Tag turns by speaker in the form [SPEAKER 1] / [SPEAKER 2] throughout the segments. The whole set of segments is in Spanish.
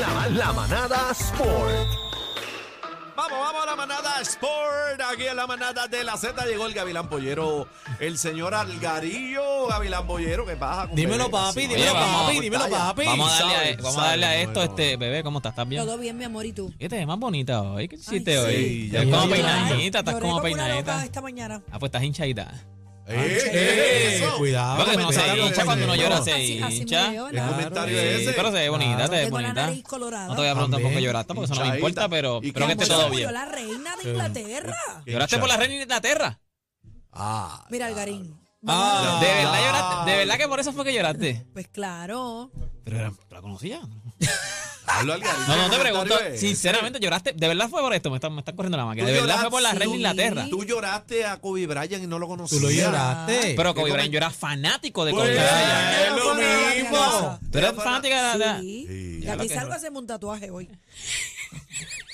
[SPEAKER 1] La, la manada Sport.
[SPEAKER 2] Vamos, vamos a la manada Sport. Aquí en la manada de la Z llegó el Gavilán Pollero, el señor Algarillo Gavilán Pollero. ¿Qué pasa?
[SPEAKER 3] Dímelo, papi, dímelo, papi, dímelo, papi.
[SPEAKER 4] Vamos a darle, a,
[SPEAKER 2] Sabe,
[SPEAKER 4] vamos a, darle a
[SPEAKER 2] sabe,
[SPEAKER 4] esto,
[SPEAKER 2] bueno.
[SPEAKER 4] este bebé, ¿cómo estás? ¿Estás bien?
[SPEAKER 5] Todo bien, mi amor, ¿y tú?
[SPEAKER 4] ¿Qué te ves más bonita hoy? ¿Qué hiciste
[SPEAKER 5] sí.
[SPEAKER 4] hoy?
[SPEAKER 2] Sí, ya
[SPEAKER 4] estás como
[SPEAKER 2] lloré.
[SPEAKER 4] peinadita, estás
[SPEAKER 5] Lloré
[SPEAKER 4] como
[SPEAKER 5] como una loca
[SPEAKER 4] peinadita.
[SPEAKER 5] esta mañana.
[SPEAKER 4] Ah, pues estás hinchadita.
[SPEAKER 3] Eh, cuidado.
[SPEAKER 4] Porque no
[SPEAKER 2] comentario
[SPEAKER 4] se hincha
[SPEAKER 2] ese,
[SPEAKER 4] cuando uno
[SPEAKER 2] ¿no?
[SPEAKER 4] llora, se
[SPEAKER 5] Así- así me
[SPEAKER 4] hincha.
[SPEAKER 5] veo,
[SPEAKER 2] ¿Qué
[SPEAKER 5] nada.
[SPEAKER 2] comentario
[SPEAKER 4] Sí,
[SPEAKER 2] es ese?
[SPEAKER 4] pero se ve bonita,
[SPEAKER 3] Claro.
[SPEAKER 4] te ves
[SPEAKER 5] Tengo la
[SPEAKER 4] bonita.
[SPEAKER 5] nariz colorada.
[SPEAKER 4] No te voy a preguntar por qué
[SPEAKER 3] También,
[SPEAKER 4] lloraste, porque eso no me
[SPEAKER 2] hinchadita.
[SPEAKER 4] importa, pero
[SPEAKER 2] ¿Y
[SPEAKER 4] pero que
[SPEAKER 2] qué
[SPEAKER 4] esté
[SPEAKER 2] amor?
[SPEAKER 4] todo
[SPEAKER 5] Yo
[SPEAKER 4] bien.
[SPEAKER 5] la reina de Inglaterra.
[SPEAKER 4] ¿Lloraste por la reina de Inglaterra?
[SPEAKER 2] Ah,
[SPEAKER 5] Mira, Algarín.
[SPEAKER 3] Ah,
[SPEAKER 4] ¿De verdad lloraste? ¿De verdad que por eso fue que lloraste?
[SPEAKER 5] Pues claro.
[SPEAKER 4] Pero era- la conocía.
[SPEAKER 2] hablo Algarillo.
[SPEAKER 4] No, no te
[SPEAKER 2] ¿Qué
[SPEAKER 4] pregunto.
[SPEAKER 2] comentario es?
[SPEAKER 4] Sinceramente, lloraste. ¿De verdad fue por esto? Me están me están corriendo la máquina.
[SPEAKER 2] Tú
[SPEAKER 4] ¿De verdad
[SPEAKER 2] lloraste,
[SPEAKER 4] fue por la reina de
[SPEAKER 2] sí.
[SPEAKER 4] Inglaterra?
[SPEAKER 2] Tú lloraste a Kobe Bryant y no lo conocías.
[SPEAKER 3] Tú lo lloraste.
[SPEAKER 4] Pero Kobe
[SPEAKER 2] ¿Qué
[SPEAKER 4] Bryant, yo era fanático de
[SPEAKER 2] Pues,
[SPEAKER 4] Kobe Bryant.
[SPEAKER 2] es lo
[SPEAKER 5] mismo.
[SPEAKER 4] Tú eras fanática de la...
[SPEAKER 5] Sí.
[SPEAKER 2] Sí.
[SPEAKER 5] Y aquí salgo a hacerme un tatuaje hoy.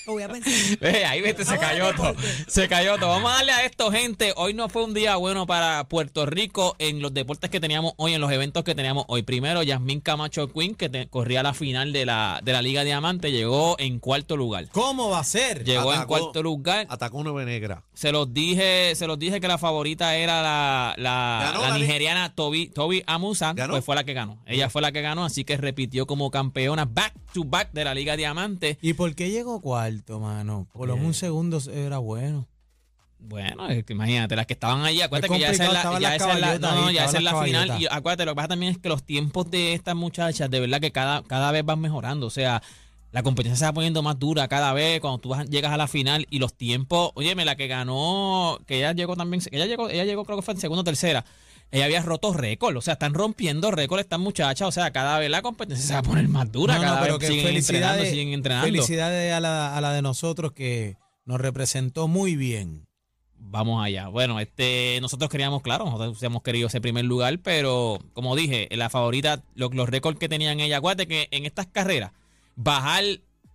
[SPEAKER 5] Lo voy a pensar.
[SPEAKER 4] Ve, ahí vete, se
[SPEAKER 5] Ahora
[SPEAKER 4] cayó
[SPEAKER 5] te
[SPEAKER 4] todo.
[SPEAKER 5] corté.
[SPEAKER 4] Se cayó todo. Vamos a darle a esto, gente. Hoy no fue un día bueno para Puerto Rico en los deportes que teníamos hoy, en los eventos que teníamos hoy. Primero, Yasmín Camacho Quinn, que te- corría la final de la, de la Liga Diamante, llegó en cuarto lugar.
[SPEAKER 3] ¿Cómo va a ser?
[SPEAKER 4] Llegó en
[SPEAKER 2] Atacó.
[SPEAKER 4] cuarto lugar.
[SPEAKER 2] Atacó una nube negra.
[SPEAKER 4] Se los dije, se los dije que la favorita era la, la-
[SPEAKER 2] Ganó
[SPEAKER 4] la
[SPEAKER 2] la li-
[SPEAKER 4] nigeriana Toby, Toby Amusan,
[SPEAKER 2] Ganó.
[SPEAKER 4] pues fue la que ganó. Ella fue la que ganó, así que repitió como campeona back to back de la Liga Diamante.
[SPEAKER 3] ¿Y por qué llegó cuarto, mano? Por lo menos
[SPEAKER 4] Eh.
[SPEAKER 3] un segundo era bueno.
[SPEAKER 4] Bueno, es que imagínate, las que estaban ahí, acuérdate
[SPEAKER 3] Fue
[SPEAKER 4] que ya esa es la,
[SPEAKER 3] complicado,
[SPEAKER 4] ya esa
[SPEAKER 3] estaban
[SPEAKER 4] es
[SPEAKER 3] las
[SPEAKER 4] la, no,
[SPEAKER 3] caballotas
[SPEAKER 4] no,
[SPEAKER 3] ahí,
[SPEAKER 4] ya esa es
[SPEAKER 3] estaban
[SPEAKER 4] la
[SPEAKER 3] las
[SPEAKER 4] final.
[SPEAKER 3] caballotas.
[SPEAKER 4] Y acuérdate, lo que pasa también es que los tiempos de estas muchachas, de verdad que cada, cada vez van mejorando. O sea, la competencia se va poniendo más dura cada vez cuando tú vas- llegas a la final y los tiempos. Óyeme, la que ganó, que ella llegó también, que ella llegó, ella llegó creo que fue en segunda o tercera. Ella había roto récord, o sea, están rompiendo récord estas muchachas, o sea, cada vez la competencia se va a poner más dura,
[SPEAKER 3] No, no,
[SPEAKER 4] cada
[SPEAKER 3] pero
[SPEAKER 4] vez
[SPEAKER 3] que
[SPEAKER 4] siguen entrenando,
[SPEAKER 3] felicidades,
[SPEAKER 4] siguen entrenando.
[SPEAKER 3] Felicidades a la, a la de nosotros que nos representó muy bien.
[SPEAKER 4] Vamos allá. Bueno, este, nosotros queríamos, claro, nosotros hemos querido ese primer lugar, pero como dije, la favorita, lo- los récords que tenían ella, acuérdate que en estas carreras, bajar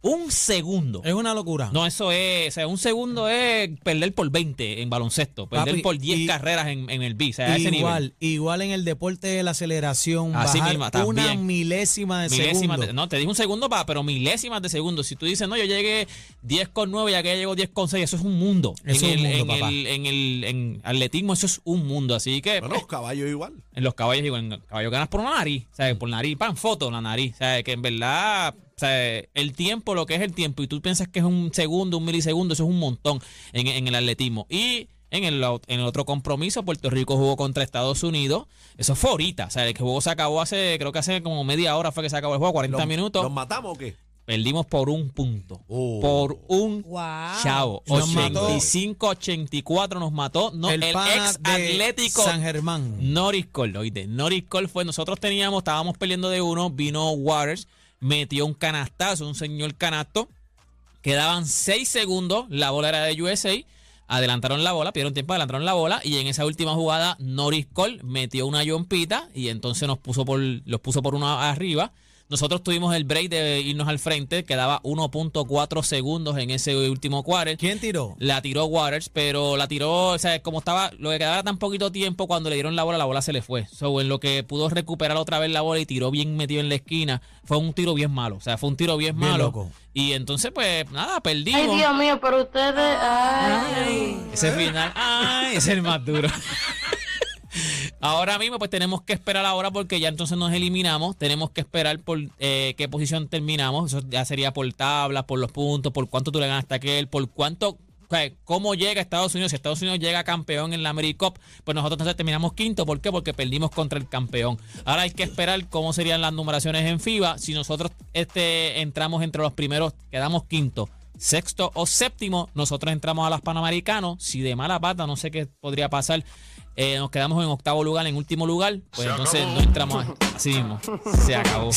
[SPEAKER 4] un segundo.
[SPEAKER 3] Es una locura.
[SPEAKER 4] No, eso es, o sea, un segundo es perder por 20 en baloncesto, perder
[SPEAKER 3] Papi,
[SPEAKER 4] por 10
[SPEAKER 3] y-
[SPEAKER 4] carreras en, en el B, o sea, a ese nivel.
[SPEAKER 3] igual, igual en el deporte de la aceleración,
[SPEAKER 4] Así
[SPEAKER 3] bajar
[SPEAKER 4] mismo,
[SPEAKER 3] una
[SPEAKER 4] también.
[SPEAKER 3] milésima de
[SPEAKER 4] Milésimas
[SPEAKER 3] segundo.
[SPEAKER 4] de- no, te dije un segundo, pa, pero milésimas de segundo. Si tú dices, no, yo llegué 10 con 9 y aquella llegó 10 con 6, eso es un mundo.
[SPEAKER 3] Eso
[SPEAKER 4] en
[SPEAKER 3] es un
[SPEAKER 4] el-
[SPEAKER 3] mundo,
[SPEAKER 4] en
[SPEAKER 3] papá.
[SPEAKER 4] el- en el- en atletismo, eso es un mundo. Así que.
[SPEAKER 2] Bueno, los caballos igual.
[SPEAKER 4] en los caballos digo, en caballos ganas por una nariz, ¿sabes?
[SPEAKER 3] Mm.
[SPEAKER 4] Por nariz, pan, foto la nariz, ¿sabes? Que en verdad, ¿sabes? El tiempo, lo que es el tiempo, y tú piensas que es un segundo, un milisegundo, eso es un montón en, en el atletismo. Y en el, o- en el otro compromiso, Puerto Rico jugó contra Estados Unidos, eso fue ahorita, o sea, el juego se acabó hace, creo que hace como media hora fue que se acabó el juego, 40
[SPEAKER 2] ¿Los-
[SPEAKER 4] minutos,
[SPEAKER 2] ¿Los matamos o qué?
[SPEAKER 4] perdimos por un punto.
[SPEAKER 2] Oh.
[SPEAKER 4] Por un
[SPEAKER 5] Wow.
[SPEAKER 4] chavo.
[SPEAKER 3] Nos mató.
[SPEAKER 4] 85-84 nos mató. No, el,
[SPEAKER 3] pana
[SPEAKER 4] ex
[SPEAKER 3] de
[SPEAKER 4] atlético
[SPEAKER 3] San Germán.
[SPEAKER 4] Norris Cole, oíste, Norris Cole fue, nosotros teníamos, estábamos perdiendo de uno, vino Waters, metió un canastazo, un señor canasto, quedaban seis segundos, la bola era de USA, adelantaron la bola, pidieron tiempo, adelantaron la bola, y en esa última jugada Norris Cole metió una yompita y entonces nos puso por, los puso por una arriba. Nosotros tuvimos el break de irnos al frente, quedaba 1.4 segundos en ese último quarter.
[SPEAKER 3] ¿Quién tiró?
[SPEAKER 4] La tiró Waters, pero la tiró, o sea, como estaba, lo que quedaba tan poquito tiempo, cuando le dieron la bola, la bola se le fue. So, en lo que pudo recuperar otra vez la bola y tiró bien metido en la esquina, fue un tiro bien malo, o sea, fue un tiro bien,
[SPEAKER 3] Bien
[SPEAKER 4] malo.
[SPEAKER 3] loco.
[SPEAKER 4] Y entonces, pues, nada, perdimos.
[SPEAKER 6] Ay, Dios mío, pero ustedes. ay.
[SPEAKER 4] Ese final, ay, es el más duro. Ahora mismo, pues tenemos que esperar ahora porque ya entonces nos eliminamos. Tenemos que esperar por eh, qué posición terminamos. Eso ya sería por tablas, por los puntos, por cuánto tú le ganas a aquel, por cuánto. o sea, ¿Cómo llega Estados Unidos? Si Estados Unidos llega campeón en la AmeriCup, pues nosotros entonces terminamos quinto. ¿Por qué? Porque perdimos contra el campeón. Ahora hay que esperar cómo serían las numeraciones en FIBA. Si nosotros este, entramos entre los primeros, quedamos quinto sexto o séptimo, nosotros entramos a las Panamericanos. Si de mala pata, no sé qué podría pasar, eh, nos quedamos en octavo lugar, en último lugar, pues entonces no entramos a- así mismo. Se acabó.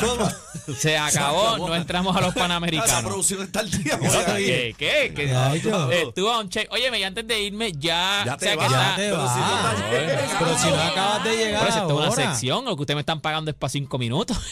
[SPEAKER 3] ¿Cómo?
[SPEAKER 4] Se acabó, no entramos a los
[SPEAKER 2] La
[SPEAKER 4] Panamericanos.
[SPEAKER 2] producción está al día.
[SPEAKER 4] O
[SPEAKER 2] hoy
[SPEAKER 4] sea,
[SPEAKER 2] aquí.
[SPEAKER 4] ¿Qué? ¿Qué? ¿Qué?
[SPEAKER 3] Ay, yo.
[SPEAKER 4] Estuvo a un check. Oye, antes de irme, ya.
[SPEAKER 2] Ya
[SPEAKER 4] o sea,
[SPEAKER 2] te
[SPEAKER 4] que
[SPEAKER 2] vas,
[SPEAKER 4] está-
[SPEAKER 3] Ya te
[SPEAKER 2] Pero si no
[SPEAKER 3] vas.
[SPEAKER 2] estás-
[SPEAKER 3] Pero si no acabas de
[SPEAKER 4] Pero
[SPEAKER 3] llegar
[SPEAKER 4] si esto es una
[SPEAKER 3] ahora. Ah,
[SPEAKER 4] sección, lo que ustedes me están pagando es para cinco minutos.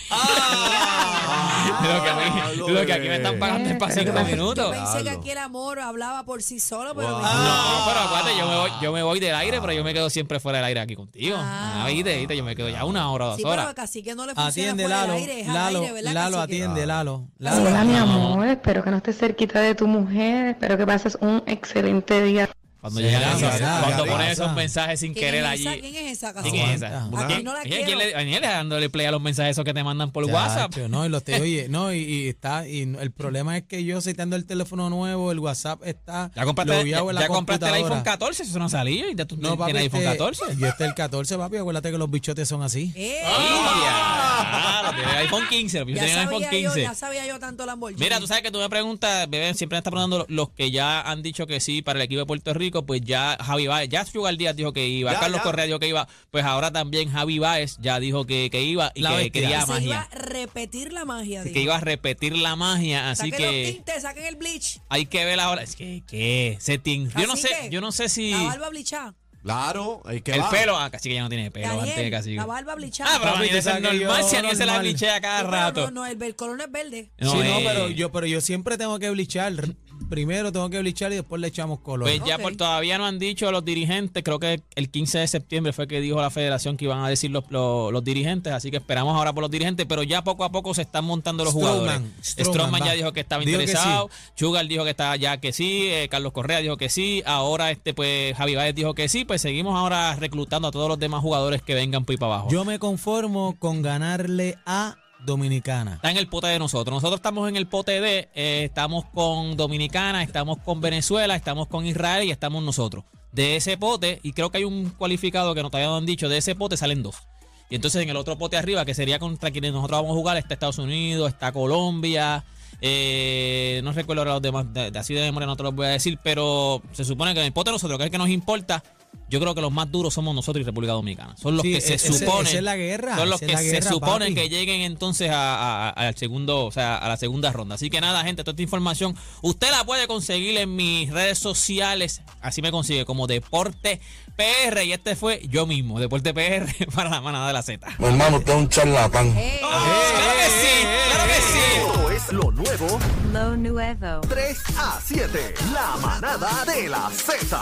[SPEAKER 4] lo que, a mí-
[SPEAKER 2] Ah, Diablo,
[SPEAKER 4] lo que aquí
[SPEAKER 2] bebé.
[SPEAKER 4] me están pagando es para
[SPEAKER 6] Pero-
[SPEAKER 4] cinco minutos.
[SPEAKER 5] Yo pensé que
[SPEAKER 2] Diablo.
[SPEAKER 5] aquí el amor hablaba por sí solo, pero
[SPEAKER 2] Wow.
[SPEAKER 5] me-
[SPEAKER 4] No, pero acuérdate, yo me voy, yo me voy del aire, pero yo me quedo siempre fuera del aire aquí contigo.
[SPEAKER 5] Ah.
[SPEAKER 4] Ah, viste, viste, yo me quedo ya una hora, dos
[SPEAKER 5] Sí, pero
[SPEAKER 4] horas.
[SPEAKER 5] casi que no le funciona
[SPEAKER 3] Atiende,
[SPEAKER 5] por
[SPEAKER 3] Lalo.
[SPEAKER 5] el aire, es al
[SPEAKER 3] Lalo,
[SPEAKER 5] aire, ¿verdad,
[SPEAKER 3] Lalo,
[SPEAKER 5] cacique?
[SPEAKER 4] Ah.
[SPEAKER 3] atiende, Lalo. Lalo.
[SPEAKER 6] Hola, mi
[SPEAKER 4] no,
[SPEAKER 6] amor. Espero que no estés cerquita de tu mujer. Espero que pases un excelente día.
[SPEAKER 4] Cuando
[SPEAKER 3] Sí,
[SPEAKER 4] llegan
[SPEAKER 3] ya,
[SPEAKER 4] esos-
[SPEAKER 3] ya,
[SPEAKER 4] cuando
[SPEAKER 2] ya,
[SPEAKER 4] ponen
[SPEAKER 3] ya.
[SPEAKER 4] esos mensajes sin
[SPEAKER 5] ¿Quién
[SPEAKER 4] querer
[SPEAKER 5] es esa?
[SPEAKER 4] allí.
[SPEAKER 5] ¿Quién es esa
[SPEAKER 4] ¿Quién
[SPEAKER 5] cacique?
[SPEAKER 4] es esa?
[SPEAKER 2] Aguanta.
[SPEAKER 5] Aquí no la
[SPEAKER 4] Oye, ¿quién
[SPEAKER 5] quiero.
[SPEAKER 4] le- Daniel, dándole play a los mensajes esos que te mandan por WhatsApp.
[SPEAKER 3] Chacho, no, y los te oye, no, y, y está, y no- el problema es que yo estoy dando el teléfono nuevo, el WhatsApp está
[SPEAKER 4] Ya compraste, ya,
[SPEAKER 3] logueado en la
[SPEAKER 4] ya compraste el iPhone
[SPEAKER 3] computadora.
[SPEAKER 4] 14, eso no salió. Ya tú
[SPEAKER 3] No,
[SPEAKER 4] tienes
[SPEAKER 3] papi,
[SPEAKER 4] el iPhone
[SPEAKER 3] este-
[SPEAKER 4] 14.
[SPEAKER 3] Yo este el 14, papi, acuérdate que los bichotes son así.
[SPEAKER 5] ¡Eh!
[SPEAKER 4] Ah, lo tiene el iPhone 15, lo
[SPEAKER 5] Ya
[SPEAKER 4] tiene el iPhone
[SPEAKER 5] sabía, yo,
[SPEAKER 4] 15.
[SPEAKER 5] ya sabía yo tanto Lamborghini.
[SPEAKER 4] Mira, tú sabes que tú me preguntas, bebé, siempre me estás preguntando lo- los que ya han dicho que sí para el equipo de Puerto Rico, pues ya Javi Baez, ya Sugar Díaz dijo que iba,
[SPEAKER 2] Ya,
[SPEAKER 4] Carlos
[SPEAKER 2] ya.
[SPEAKER 4] Correa dijo que iba, pues ahora también Javi Baez ya dijo que, que iba y
[SPEAKER 3] La
[SPEAKER 4] que
[SPEAKER 3] bestia.
[SPEAKER 4] quería
[SPEAKER 5] se iba
[SPEAKER 4] magia,
[SPEAKER 5] a repetir la magia.
[SPEAKER 4] que iba a repetir la magia, así
[SPEAKER 5] Saquen los
[SPEAKER 4] que
[SPEAKER 5] tintes, saquen el bleach.
[SPEAKER 4] hay que ver ahora, es que, ¿qué? Se tin- yo no sé,
[SPEAKER 5] Cacique,
[SPEAKER 4] yo no sé si...
[SPEAKER 5] La barba blichada.
[SPEAKER 2] Claro, hay que
[SPEAKER 4] El
[SPEAKER 2] va.
[SPEAKER 4] pelo, ah, casi que ya no tiene pelo antes de
[SPEAKER 5] Daniel,
[SPEAKER 4] casi.
[SPEAKER 5] la barba blichada.
[SPEAKER 4] Ah, pero
[SPEAKER 3] Papi,
[SPEAKER 4] Daniel, eso
[SPEAKER 3] tú
[SPEAKER 4] es
[SPEAKER 3] sabes que yo
[SPEAKER 4] normal, si a Daniel se la
[SPEAKER 3] normal.
[SPEAKER 4] blichea cada
[SPEAKER 5] Sí, pero
[SPEAKER 4] rato.
[SPEAKER 5] No, no, el, el color no es verde.
[SPEAKER 3] sí, no,
[SPEAKER 4] eh,
[SPEAKER 3] pero yo, pero yo siempre tengo que blichar. Primero tengo que blichar y después le echamos color.
[SPEAKER 4] Pues ya
[SPEAKER 5] Ok.
[SPEAKER 4] por todavía no han dicho los dirigentes, creo que el 15 de septiembre fue que dijo la federación que iban a decir los, los, los dirigentes, así que esperamos ahora por los dirigentes, pero ya poco a poco se están montando los
[SPEAKER 3] Strowman,
[SPEAKER 4] jugadores.
[SPEAKER 3] Strowman,
[SPEAKER 4] Strowman ya
[SPEAKER 3] va.
[SPEAKER 4] dijo que estaba
[SPEAKER 3] Dijo que
[SPEAKER 4] interesado, Sugar dijo que estaba ya que sí, eh, Carlos Correa dijo que sí, ahora este pues Javi Báez dijo que sí, pues seguimos ahora reclutando a todos los demás jugadores que vengan por ahí para abajo.
[SPEAKER 3] Yo me conformo con ganarle a Dominicana.
[SPEAKER 4] Está en el pote de nosotros. Nosotros estamos en el pote de, eh, estamos con Dominicana, estamos con Venezuela, estamos con Israel y estamos nosotros. De ese pote, y creo que hay un cualificado que nos todavía no han dicho, de ese pote salen dos. Y entonces en el otro pote arriba, que sería contra quienes nosotros vamos a jugar, está Estados Unidos, está Colombia. eh, no recuerdo ahora los demás, de, de así de memoria no te los voy a decir, pero se supone que en el pote de nosotros, que es el que nos importa, yo creo que los más duros somos nosotros y República Dominicana. Son los
[SPEAKER 3] Sí,
[SPEAKER 4] que se
[SPEAKER 3] ese-
[SPEAKER 4] supone.
[SPEAKER 3] esa es la guerra,
[SPEAKER 4] Son los
[SPEAKER 3] esa es
[SPEAKER 4] que
[SPEAKER 3] la
[SPEAKER 4] se
[SPEAKER 3] guerra,
[SPEAKER 4] supone
[SPEAKER 3] papi.
[SPEAKER 4] que lleguen entonces a, a- al segundo, o sea, a la segunda ronda. Así que nada, gente, toda esta información usted la puede conseguir en mis redes sociales. Así me consigue como Deporte PR. Y este fue yo mismo, Deporte PR para la manada de la Z.
[SPEAKER 7] Mi hermano, usted es un charlatán.
[SPEAKER 5] Eh,
[SPEAKER 4] claro que Ah, sí, claro que sí.
[SPEAKER 1] Todo es lo nuevo.
[SPEAKER 8] Lo nuevo.
[SPEAKER 1] 3 a 7. La manada de la Z.